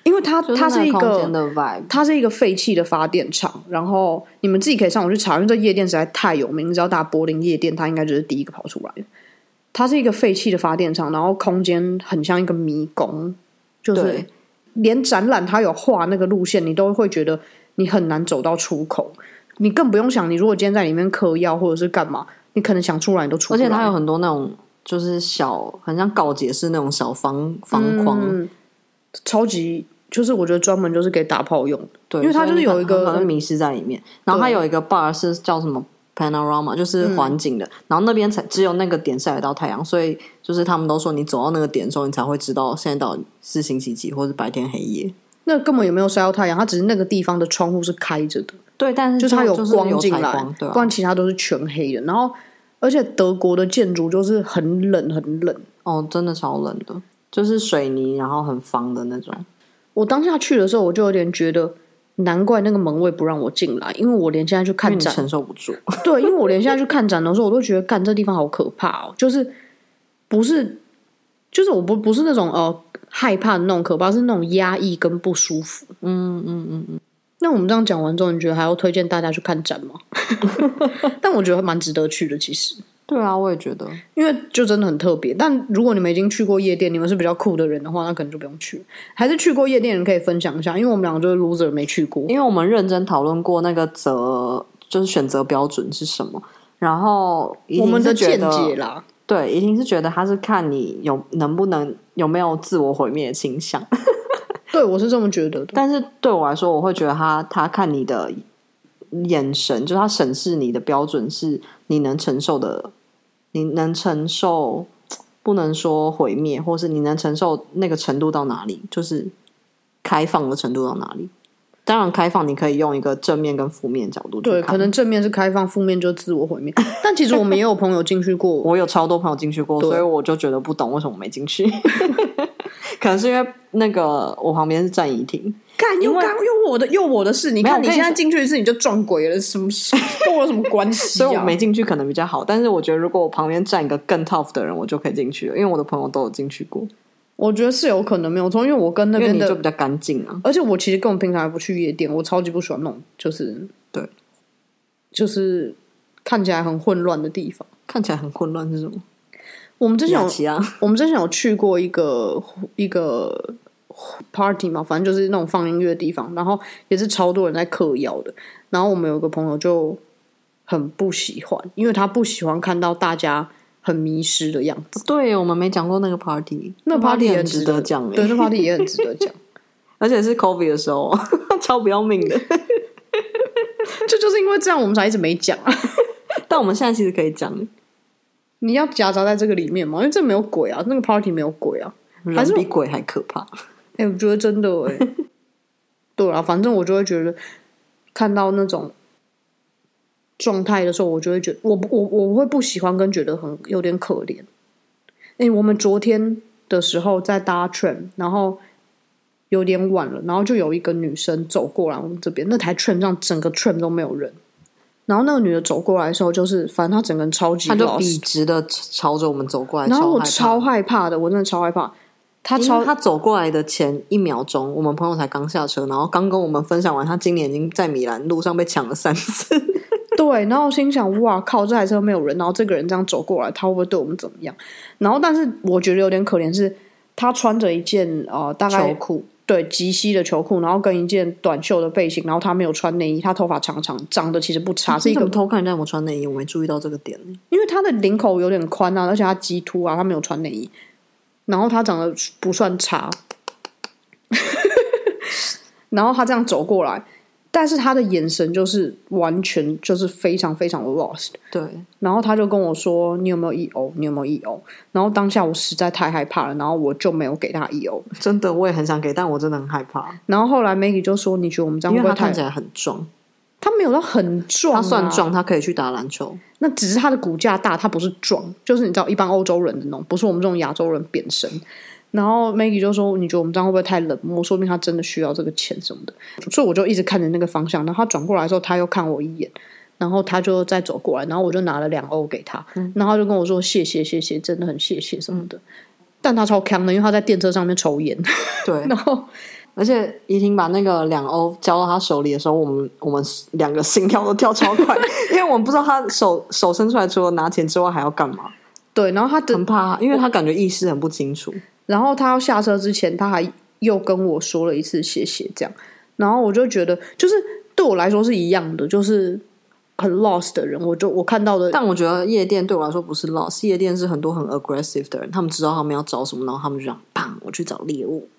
Speaker 2: 因为它
Speaker 3: 就
Speaker 2: 它是
Speaker 3: 那
Speaker 2: 一
Speaker 3: 空
Speaker 2: 个
Speaker 3: 间的 vibe，
Speaker 2: 它是一个废弃的发电厂，然后你们自己可以上网去查，因为这夜店实在太有名，只要打柏林夜店，它应该就是第一个跑出来的。它是一个废弃的发电厂，然后空间很像一个迷宫，就是
Speaker 3: 对
Speaker 2: 连展览它有画那个路线，你都会觉得你很难走到出口。你更不用想，你如果今天在里面嗑药或者是干嘛，你可能想出来你都出不
Speaker 3: 而
Speaker 2: 来。嗯
Speaker 3: 且它有很多那种就是小，很像告解式那种小方方框。
Speaker 2: 嗯，超级就是我觉得专门就是给打炮用的。
Speaker 3: 对，
Speaker 2: 因为它
Speaker 3: 所
Speaker 2: 就
Speaker 3: 以
Speaker 2: 是有
Speaker 3: 你
Speaker 2: 一个
Speaker 3: 很迷失在里面，然后它有一个 bar 是叫什么 panorama，就是
Speaker 2: 嗯
Speaker 3: 环景的，然后那边才只有那个点晒得到太阳，所以就是他们都说你走到那个点的时候，你才会知道现在到底是星期几或是白天黑夜。
Speaker 2: 那根本也没有晒到太阳，它只是那个地方的窗户是开着的，
Speaker 3: 对，哦但是
Speaker 2: 就是它
Speaker 3: 有
Speaker 2: 光进
Speaker 3: 采
Speaker 2: 来，
Speaker 3: 光对、
Speaker 2: 不
Speaker 3: 啊
Speaker 2: 然，其他都是全黑的。然后，而且德国的建筑就是很冷很冷。
Speaker 3: 哦，真的超冷的，就是水泥，然后很方的那种。
Speaker 2: 我当下去的时候，我就有点觉得，难怪那个门卫不让我进来，因为我连现在去
Speaker 3: 因为
Speaker 2: 看
Speaker 3: 你
Speaker 2: 展，
Speaker 3: 承受不住，
Speaker 2: 对，因为我连现在去看展的时候，我都觉得，干这地方好可怕哦，就是不是，就是我不不是那种呃害怕的那种可怕，是那种压抑跟不舒服。
Speaker 3: 嗯嗯嗯嗯，
Speaker 2: 那我们这样讲完之后，你觉得还要推荐大家去看展吗？ 但我觉得蛮值得去的，其实，
Speaker 3: 对啊，我也觉得，
Speaker 2: 因为就真的很特别。但如果你们已经去过夜店，你们是比较酷的人的话，那可能就不用去。还是去过夜店的人可以分享一下，因为我们两个就是 loser 没去过。
Speaker 3: 因为我们认真讨论过那个择，就是选择标准是什么，然后一定
Speaker 2: 我们的
Speaker 3: 是觉
Speaker 2: 见
Speaker 3: 得
Speaker 2: 解啦，
Speaker 3: 对，一定是觉得他是看你有能不能有没有自我毁灭的倾向。
Speaker 2: 对我是这么觉得的。
Speaker 3: 但是对我来说，我会觉得他他看你的眼神，就是他审视你的标准是你能承受的，你能承受，不能说毁灭，或是你能承受那个程度到哪里，就是开放的程度到哪里。当然，开放你可以用一个正面跟负面角度去
Speaker 2: 对，
Speaker 3: 看
Speaker 2: 可能正面是开放，负面就自我毁灭。 但其实我们也有朋友进去过，
Speaker 3: 我有超多朋友进去过，
Speaker 2: 对
Speaker 3: 所以我就觉得不懂为什么我没进去。 可能是因为那个我旁边是战怡亭，
Speaker 2: 干又
Speaker 3: 因为
Speaker 2: 干又我的又我的事，你
Speaker 3: 没有
Speaker 2: 看你
Speaker 3: 我跟
Speaker 2: 现在
Speaker 3: 你说
Speaker 2: 进去一次你就撞鬼了，什么事跟我有什么关系、
Speaker 3: 所
Speaker 2: 啊？
Speaker 3: 以我没进去可能比较好。但是我觉得如果我旁边站一个更 tough 的人，我就可以进去了，因为我的朋友都有进去过，
Speaker 2: 我觉得是有可能没有错，因为我跟那
Speaker 3: 因为
Speaker 2: 边
Speaker 3: 你就比
Speaker 2: 的，
Speaker 3: 较干净啊。
Speaker 2: 而且我其实根本平常也不去夜店，我超级不喜欢那种就是
Speaker 3: 对，
Speaker 2: 就是看起来很混乱的地方。
Speaker 3: 看起来很混乱是什么？
Speaker 2: 我们之前
Speaker 3: 雅
Speaker 2: 有
Speaker 3: 琪啊，
Speaker 2: 我们之前有去过一个一个 party 嘛，反正就是那种放音乐的地方，然后也是超多人在嗑药的。然后我们有个朋友就很不喜欢，因为他不喜欢看到大家很迷失的样子。
Speaker 3: 对我们没讲过那个 party，
Speaker 2: 那 party 也
Speaker 3: 很值得讲
Speaker 2: 对，
Speaker 3: 欸，
Speaker 2: 那 party 也很值得讲。
Speaker 3: 而且是 COVID 的时候， 超不要命的。
Speaker 2: 这就是因为这样，我们才一直没讲啊。
Speaker 3: 但我们现在其实可以讲，
Speaker 2: 你要夹杂在这个里面嘛，因为这没有鬼啊，那个 party 没有鬼啊。还
Speaker 3: 人
Speaker 2: 是
Speaker 3: 比鬼还可怕。
Speaker 2: 哎、我觉得真的哎、对啊，反正我就会觉得看到那种状态的时候，我就会觉得我不我我会不喜欢，跟觉得很有点可怜。哎、我们昨天的时候在搭 train，然后有点晚了，然后就有一个女生走过来我们这边，那台 train 上整个 train 都没有人。然后那个女的走过来的时候，就是反正她整个人超级
Speaker 3: 他就
Speaker 2: lost
Speaker 3: 笔直的朝着我们走过来，
Speaker 2: 然后我
Speaker 3: 超
Speaker 2: 超
Speaker 3: 害怕
Speaker 2: 害怕的，我真的超害怕。她
Speaker 3: 因
Speaker 2: 超
Speaker 3: 为他走过来的前一秒钟，我们朋友才刚下车，然后刚跟我们分享完，他今年已经在米兰路上被抢了三次。
Speaker 2: 对，然后我心想，哇靠，这台车没有人，然后这个人这样走过来，他会不会对我们怎么样？然后，但是我觉得有点可怜是，他穿着一件呃大概
Speaker 3: 秋裤，
Speaker 2: 对及膝的球裤，然后跟一件短袖的背心，然后她没有穿内衣，她头发长长，长得其实不差，是一
Speaker 3: 你怎
Speaker 2: 个
Speaker 3: 啊么偷看人家我穿内衣？我没注意到这个点呢。
Speaker 2: 因为她的领口有点宽啊，而且她鸡突啊，她没有穿内衣，然后她长得不算差， 然后她这样走过来，但是她的眼神就是完全就是非常非常的 lost，
Speaker 3: 对，
Speaker 2: 然后她就跟我说：“你有没有一欧？你有没有一欧？”然后当下我实在太害怕了，然后我就没有给她一欧。
Speaker 3: 真的我也很想给，但我真的很害怕，
Speaker 2: 然后后来 Maggie 就说：“你觉得我们这样
Speaker 3: 因
Speaker 2: 会
Speaker 3: 为
Speaker 2: 不
Speaker 3: 他
Speaker 2: 会太
Speaker 3: 看起……来很壮，
Speaker 2: 他没有到很壮、啊
Speaker 3: 他算，壮，啊他可以去打篮球。
Speaker 2: 那只是他的骨架大，他不是壮，就是你知道一般欧洲人的那种，不是我们这种亚洲人扁身。”然后 Maggie 就说：“你觉得我们这样会不会太冷漠？说明他真的需要这个钱什么的。”所以我就一直看着那个方向。然后他转过来的时候，他又看我一眼，然后他就再走过来，然后我就拿了两欧给他，然后他就跟我说：“谢谢，谢谢，真的很谢谢什么的。但他超强的，因为他在电车上面抽烟，
Speaker 3: 对，
Speaker 2: 然后
Speaker 3: 而且怡婷把那个两欧交到他手里的时候，我们我们两个心跳都跳超 快，因为我们不知道他手手伸出来除了拿钱之外还要干嘛，
Speaker 2: 对，然后他的
Speaker 3: 很怕，因为他感觉意识很不清楚。
Speaker 2: 然后他要下车之前，他还又跟我说了一次谢谢，这样，然后我就觉得，就是对我来说是一样的，就是很 lost 的人，我就我看到的，
Speaker 3: 但我觉得夜店对我来说不是 loss，夜店是很多很 aggressive 的人，他们知道他们要找什么，然后他们就想砰，我去找猎物。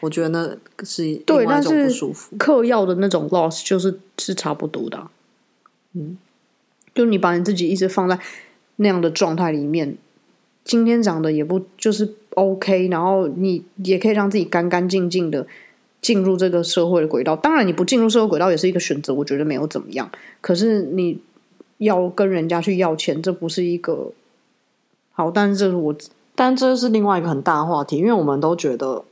Speaker 3: 我觉得那是
Speaker 2: 对
Speaker 3: 另外一种
Speaker 2: 但是
Speaker 3: 不舒服。
Speaker 2: 嗑药的那种 loss 就是是差不多的啊、嗯，就你把你自己一直放在那样的状态里面，今天长得也不就是 OK，然后你也可以让自己干干净净的进入这个社会的轨道。当然，你不进入社会轨道也是一个选择，我觉得没有怎么样。可是你要跟人家去要钱，这不是一个好，但是这是我
Speaker 3: 但这是另外一个很大的话题，因为我们都觉得，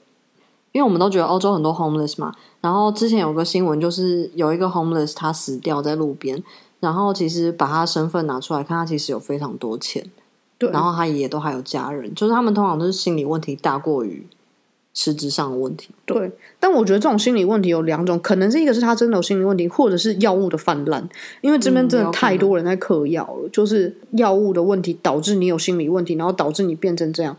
Speaker 3: 因为我们都觉得欧洲很多 homeless 嘛。然后之前有个新闻，就是有一个 homeless 他死掉在路边，然后其实把他身份拿出来看，他其实有非常多钱，
Speaker 2: 对，
Speaker 3: 然后他也都还有家人，就是他们通常都是心理问题大过于实质上的问题。
Speaker 2: 对，但我觉得这种心理问题有两种，可能是一个是他真的有心理问题，或者是药物的泛滥。因为这边
Speaker 3: 嗯
Speaker 2: 真
Speaker 3: 有
Speaker 2: 的
Speaker 3: 可
Speaker 2: 太
Speaker 3: 能
Speaker 2: 多人在嗑药了，就是药物的问题导致你有心理问题，然后导致你变成这样。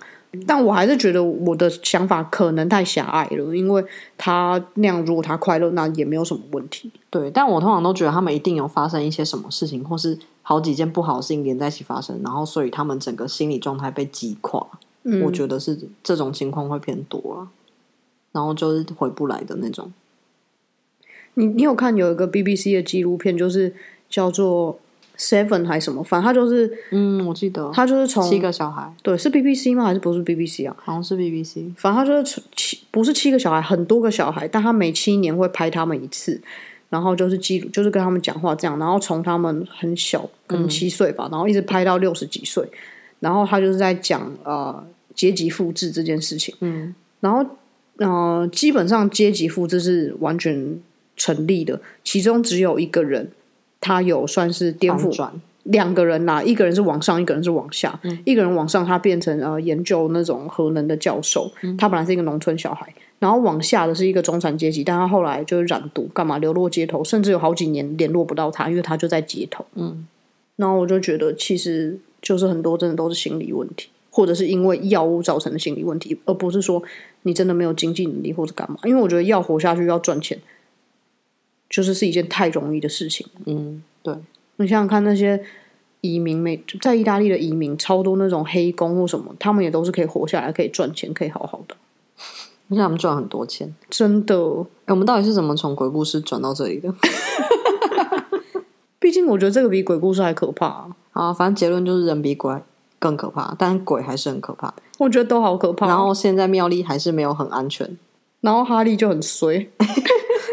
Speaker 2: 但我还是觉得我的想法可能太狭隘了，因为他那样，如果他快乐，那也没有什么问题。
Speaker 3: 对，但我通常都觉得他们一定有发生一些什么事情，或是好几件不好的事情连在一起发生，然后所以他们整个心理状态被击垮。
Speaker 2: 嗯，
Speaker 3: 我觉得是这种情况会偏多啊，然后就是回不来的那种。
Speaker 2: 你你有看有一个 BBC 的纪录片，就是叫做 Seven 还是什么，反正他就是
Speaker 3: 嗯，我记得
Speaker 2: 他就是从
Speaker 3: 七个小孩，
Speaker 2: 对是 BBC 吗？还是不是 BBC 啊？
Speaker 3: 好像是 BBC。
Speaker 2: 反正他就是七，不是七个小孩，很多个小孩，但他每七年会拍他们一次，然后就是记录，就是跟他们讲话这样，然后从他们很小，可能七岁吧，然后一直拍到六十几岁，然后他就是在讲呃阶级复制这件事情，
Speaker 3: 嗯，
Speaker 2: 然后呃基本上阶级复制是完全成立的，其中只有一个人他有算是颠覆
Speaker 3: 反转，
Speaker 2: 两个人啦、一个人是往上，一个人是往下。一个人往上，他变成呃研究那种核能的教授，他本来是一个农村小孩，然后往下的是一个中产阶级，但他后来就是染毒，干嘛流落街头，甚至有好几年联络不到他，因为他就在街头。
Speaker 3: 嗯，
Speaker 2: 然后我就觉得，其实就是很多真的都是心理问题，或者是因为药物造成的心理问题，而不是说你真的没有经济能力或者干嘛。因为我觉得要活下去要赚钱，就是是一件太容易的事情。
Speaker 3: 嗯，对，
Speaker 2: 你想想看，那些移民美在意大利的移民，超多那种黑工或什么，他们也都是可以活下来，可以赚钱，可以好好的。
Speaker 3: 而且他们赚很多钱。
Speaker 2: 真的，
Speaker 3: 哎，我们到底是怎么从鬼故事转到这里的？
Speaker 2: 毕竟我觉得这个比鬼故事还可怕、
Speaker 3: 啊，反正结论就是人比鬼更可怕，但鬼还是很可怕。
Speaker 2: 我觉得都好可怕。啊
Speaker 3: 然后现在妙丽还是没有很安全，
Speaker 2: 然后哈利就很 衰，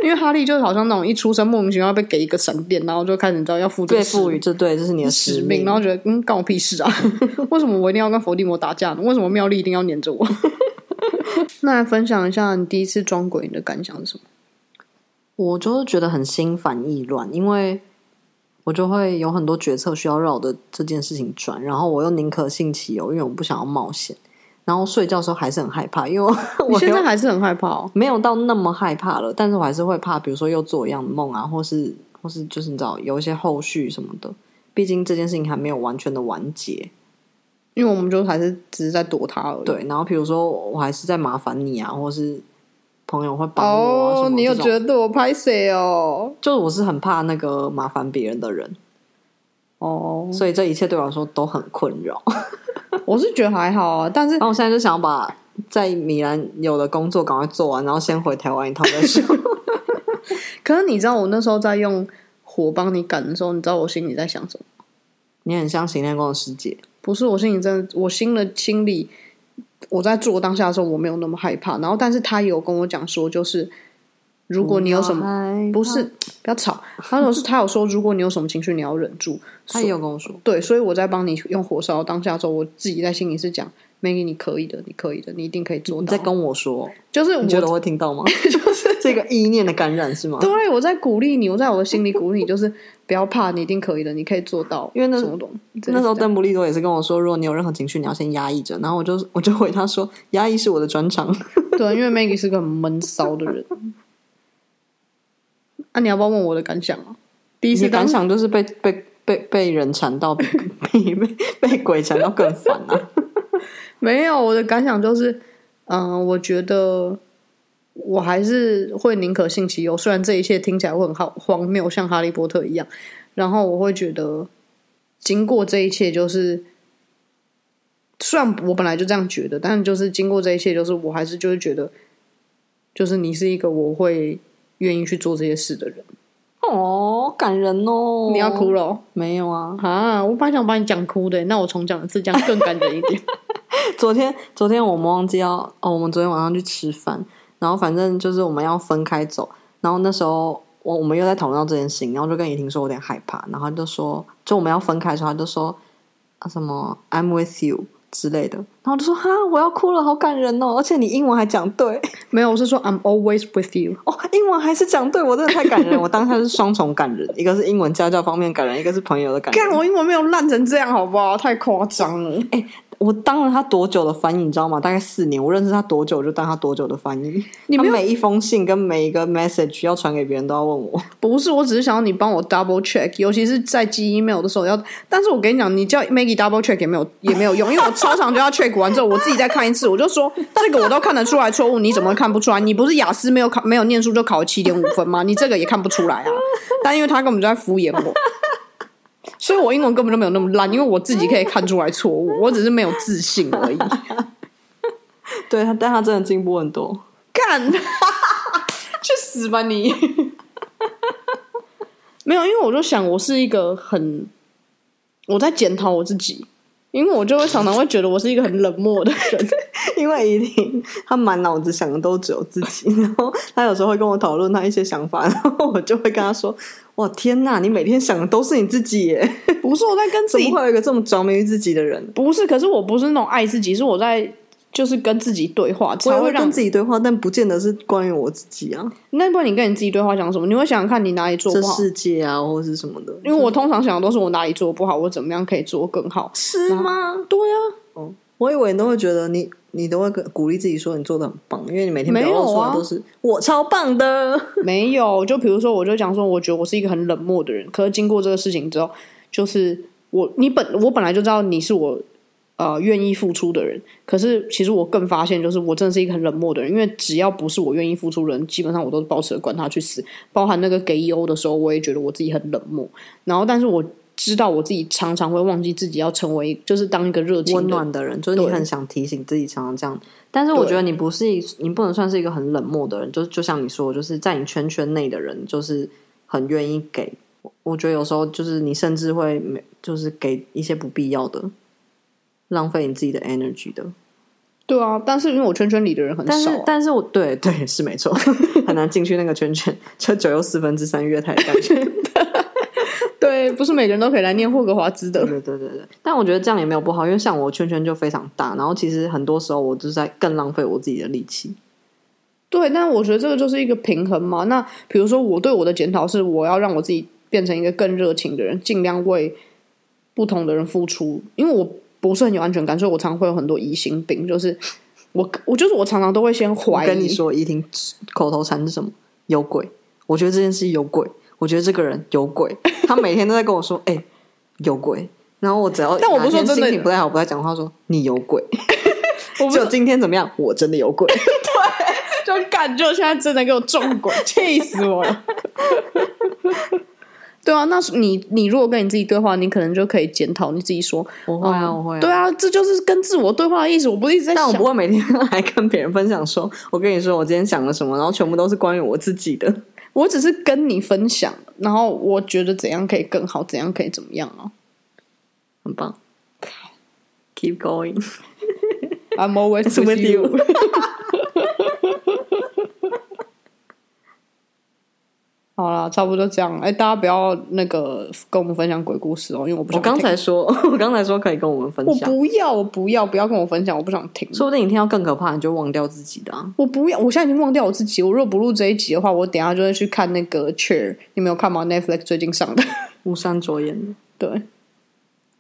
Speaker 2: 因为哈利就好像那种一出生莫名其妙被给一个闪电，然后就开始你知道要负责
Speaker 3: 被赋予这对，这是你的
Speaker 2: 使
Speaker 3: 使
Speaker 2: 命，然后觉得嗯，干我屁事 啊！为什么我一定要跟伏地魔打架呢？为什么妙丽一定要黏着我？ 那来分享一下你第一次装鬼你的感想是什么？
Speaker 3: 我就是觉得很心烦意乱，因为我就会有很多决策需要绕着这件事情转，然后我又宁可信其有，因为我不想要冒险。然后睡觉的时候还是很害怕，因为我
Speaker 2: 你
Speaker 3: 我
Speaker 2: 现在
Speaker 3: 又
Speaker 2: 还是很害怕哦。
Speaker 3: 没有到那么害怕了，但是我还是会怕，比如说又做一样的梦啊，或是或是就是你知道有一些后续什么的，毕竟这件事情还没有完全的完结。
Speaker 2: 因为我们就还是只是在躲他而已。
Speaker 3: 对，然后比如说我还是在麻烦你啊，或是朋友会帮我、啊、什
Speaker 4: 哦，
Speaker 3: 么
Speaker 4: 你有
Speaker 3: 这种
Speaker 4: 觉得对我拍谁哦？
Speaker 3: 就是我是很怕那个麻烦别人的人，
Speaker 4: 哦，
Speaker 3: 所以这一切对我来说都很困扰。
Speaker 4: 我是觉得还好啊，但是
Speaker 3: 然后我现在就想把在米兰有的工作赶快做完，然后先回台湾一趟再说。
Speaker 2: 可是你知道我那时候在用火帮你赶的时候，你知道我心里在想什么？
Speaker 3: 你很像行天宫的师姐，
Speaker 2: 不是我心里真的，我心的心里我在做当下的时候，我没有那么害怕。然后，但是他也有跟我讲说，就是如果你有什么
Speaker 3: 么
Speaker 2: 不是，不要吵，他有他有说，如果你有什么情绪，你要忍住。
Speaker 3: 他也有跟我说，
Speaker 2: 对，所以我在帮你用火烧当下的时候，我自己在心里是讲，Maggie，你可以的，你可以的，你一定可以做
Speaker 3: 你
Speaker 2: 到
Speaker 3: 在。跟我说，
Speaker 2: 就是我
Speaker 3: 你觉得我会听到吗？ 就是这个意念的感染是吗？
Speaker 2: 对，我在鼓励你，我在我的心里鼓励你，就是不要怕，你一定可以的，你可以做到。
Speaker 3: 因为那
Speaker 2: 什么东
Speaker 3: 那时候邓布利多也是跟我说，如果你有任何情绪，你要先压抑着。然后我就我就回他说，压抑是我的专长。
Speaker 2: 对，因为 Maggie 是个很闷骚的 人。啊，你要不要问我的感想啊？第一
Speaker 3: 你
Speaker 2: 次
Speaker 3: 的
Speaker 2: 当
Speaker 3: 感想就是被被被被人缠到， 比比被被鬼缠到更烦啊！
Speaker 2: 没有，我的感想就是，嗯、我觉得我还是会宁可信其有，虽然这一切听起来会很好荒谬，像哈利波特一样。然后我会觉得，经过这一切，就是虽然我本来就这样觉得，但就是经过这一切，就是我还是就是觉得，就是你是一个我会愿意去做这些事的人。
Speaker 3: 哦，感人哦！
Speaker 2: 你要哭了哦
Speaker 3: 没有啊？
Speaker 2: 啊！我本来想把你讲哭的，那我重讲一次，这样更感人一点。
Speaker 3: 昨天昨天我们忘记要哦，我们昨天晚上去吃饭，然后反正就是我们要分开走，然后那时候我我们又在讨论到这件事情，然后就跟怡婷说我有点害怕，然后她就说就我们要分开的时候，她就说啊什么 I'm with you 之类的，然后我就说哈我要哭了，好感人哦，而且你英文还讲对
Speaker 2: 没有，我是说 I'm always with you。
Speaker 3: 哦，英文还是讲对，我真的太感人了，我当下是双重感人，一个是英文家教方面感人，一个是朋友的感人
Speaker 2: 看。我英文没有烂成这样，好不好？太夸张了。
Speaker 3: 我当了他多久的翻译，你知道吗？大概四年。我认识他多久，我就当他多久的翻译。
Speaker 2: 你没
Speaker 3: 他
Speaker 2: 有
Speaker 3: 每一封信跟每一个 message 要传给别人都要问我。
Speaker 2: 不是，我只是想要你帮我 double check，尤其是在寄 email 的时候要。但是我跟你讲，你叫 Maggie double check 也没有也没有用，因为我超常就要 check 完之后，我自己再看一次，我就说这个我都看得出来错误，你怎么看不出来？你不是雅思没有考没有念书就考七点五分吗？你这个也看不出来啊。但因为他根本就在敷衍我，所以我英文根本就没有那么烂，因为我自己可以看出来错误，我只是没有自信而已。
Speaker 3: 对他，但他真的进步很多。
Speaker 2: 干， 去死吧你！ 没有，因为我就想，我是一个很，我在检讨我自己，因为我就会常常会觉得我是一个很冷漠的人。
Speaker 3: 因为一定他满脑子想的都只有自己，然后他有时候会跟我讨论他一些想法，然后我就会跟他说：“哇，天哪，你每天想的都是你自己耶，
Speaker 2: 不是我在 跟自
Speaker 3: 怎么
Speaker 2: 己，
Speaker 3: 会有一个这么着迷于自己的人
Speaker 2: 不是，可是我不是那种爱自己，是我在就是跟自己对话，？”
Speaker 3: 我
Speaker 2: 才
Speaker 3: 也会
Speaker 2: 让
Speaker 3: 跟自己对话，但不见得是关于我自己啊，
Speaker 2: 那不然你跟你自己对话讲什么？你会想想看你哪里做
Speaker 3: 这
Speaker 2: 不好。
Speaker 3: 世界啊，或是什么的，
Speaker 2: 因为我通常想的都是我哪里做不好，我怎么样可以做更好。
Speaker 3: 是吗？
Speaker 2: 对啊，
Speaker 3: 我以为你都会觉得你，你都会鼓励自己说你做的很棒，因为你每天表
Speaker 2: 没有
Speaker 3: 露出
Speaker 2: 啊
Speaker 3: 来都是、我超棒的。
Speaker 2: 没有，就比如说，我就讲说，我觉得我是一个很冷漠的人。可是经过这个事情之后，就是我你本我本来就知道你是我呃愿意付出的人，可是其实我更发现，就是我真的是一个很冷漠的人。因为只要不是我愿意付出的人，基本上我都保持着管他去死。包含那个给 E O 的时候，我也觉得我自己很冷漠。然后，但是我知道我自己常常会忘记自己要成为，就是当一个热 情的
Speaker 3: 温暖的人，就是你
Speaker 2: 对
Speaker 3: 很想提醒自己常常这样。但是我
Speaker 2: 对
Speaker 3: 觉得你不是一，你不能算是一个很冷漠的人，就就像你说，就是在你圈圈内的人，就是很愿意给。我我觉得有时候就是你甚至会没，就是给一些不必要的，浪费你自己的 energy 的。
Speaker 2: 对啊，但是因为我圈圈里的人很
Speaker 3: 但
Speaker 2: 少
Speaker 3: 是
Speaker 2: 啊、，
Speaker 3: 但是我 对对是没错， 很难进去那个圈圈，就九又四分之三月台的感觉。
Speaker 2: 对，不是每个人都可以来念霍格华兹的。
Speaker 3: 对对对对，但我觉得这样也没有不好，因为像我圈圈就非常大，然后其实很多时候我就是在更浪费我自己的力气。
Speaker 2: 对，但我觉得这个就是一个平衡嘛。那比如说，我对我的检讨是，我要让我自己变成一个更热情的人，尽量为不同的人付出，因为我不是很有安全感，所以我常会有很多疑心病，就是我我就是我常常都会先
Speaker 3: 我
Speaker 2: 怀疑。
Speaker 3: 跟你 说，怡婷口头禅是什么？有鬼！我觉得这件事有鬼，我觉得这个人 有鬼，他每天都在跟我说：“哎、有鬼。”然后我只要
Speaker 2: 但我不是说
Speaker 3: 哪天
Speaker 2: 真的
Speaker 3: 心情不太好，不太讲话说你有鬼。
Speaker 2: 我不是
Speaker 3: 就今天怎么样？我真的有鬼。
Speaker 1: 就干，就现在真的给我撞鬼，气死我了！
Speaker 2: 对啊，那是你你如果跟你自己对话，你可能就可以检讨你自己说，
Speaker 3: 我会啊，我会、
Speaker 2: 对，啊，这就是跟自我对话的意思。我不是一直在
Speaker 3: 但
Speaker 2: 想
Speaker 3: 我，不会每天来跟别人分享说，我跟你说我今天想了什么，然后全部都是关于我自己的。
Speaker 2: 我只是跟你分享，然后我觉得怎样可以更好，怎样可以怎么样啊
Speaker 3: 很棒，Keep going
Speaker 2: ？I'm always
Speaker 3: It's with you。
Speaker 2: 好啦，差不多这样。哎、大家不要那个跟我们分享鬼故事哦，因为我不
Speaker 3: 我
Speaker 2: 想
Speaker 3: 刚
Speaker 2: 听
Speaker 3: 才说， 我刚才说可以跟我们分
Speaker 2: 我
Speaker 3: 享，
Speaker 2: 不要，我不要，不要跟我分享，我不想听。
Speaker 3: 说不定你听到更可怕，你就忘掉自己的、啊。
Speaker 2: 我不要，我现在已经忘掉我自己。我如果不录这一集的话，我等一下就会去看那个《Cheer》，你没有看吗？Netflix 最近上的。
Speaker 3: 巫山着眼，
Speaker 2: 对，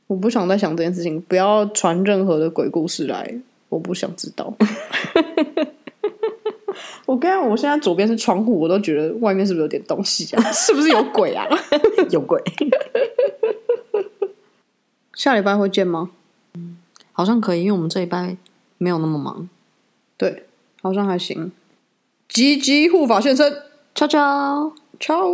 Speaker 2: 我不想再想这件事情，不要传任何的鬼故事来，我不想知道。 我跟你讲我现在左边是窗户，我都觉得外面是不是有点东西啊？ 是不是有鬼啊？
Speaker 3: 有鬼，
Speaker 2: 下礼拜会见吗？
Speaker 3: 好像可以，因为我们这一拜没有那么忙。
Speaker 2: 对，好像还行。吉吉护法现身，
Speaker 3: 悄悄。
Speaker 2: 超。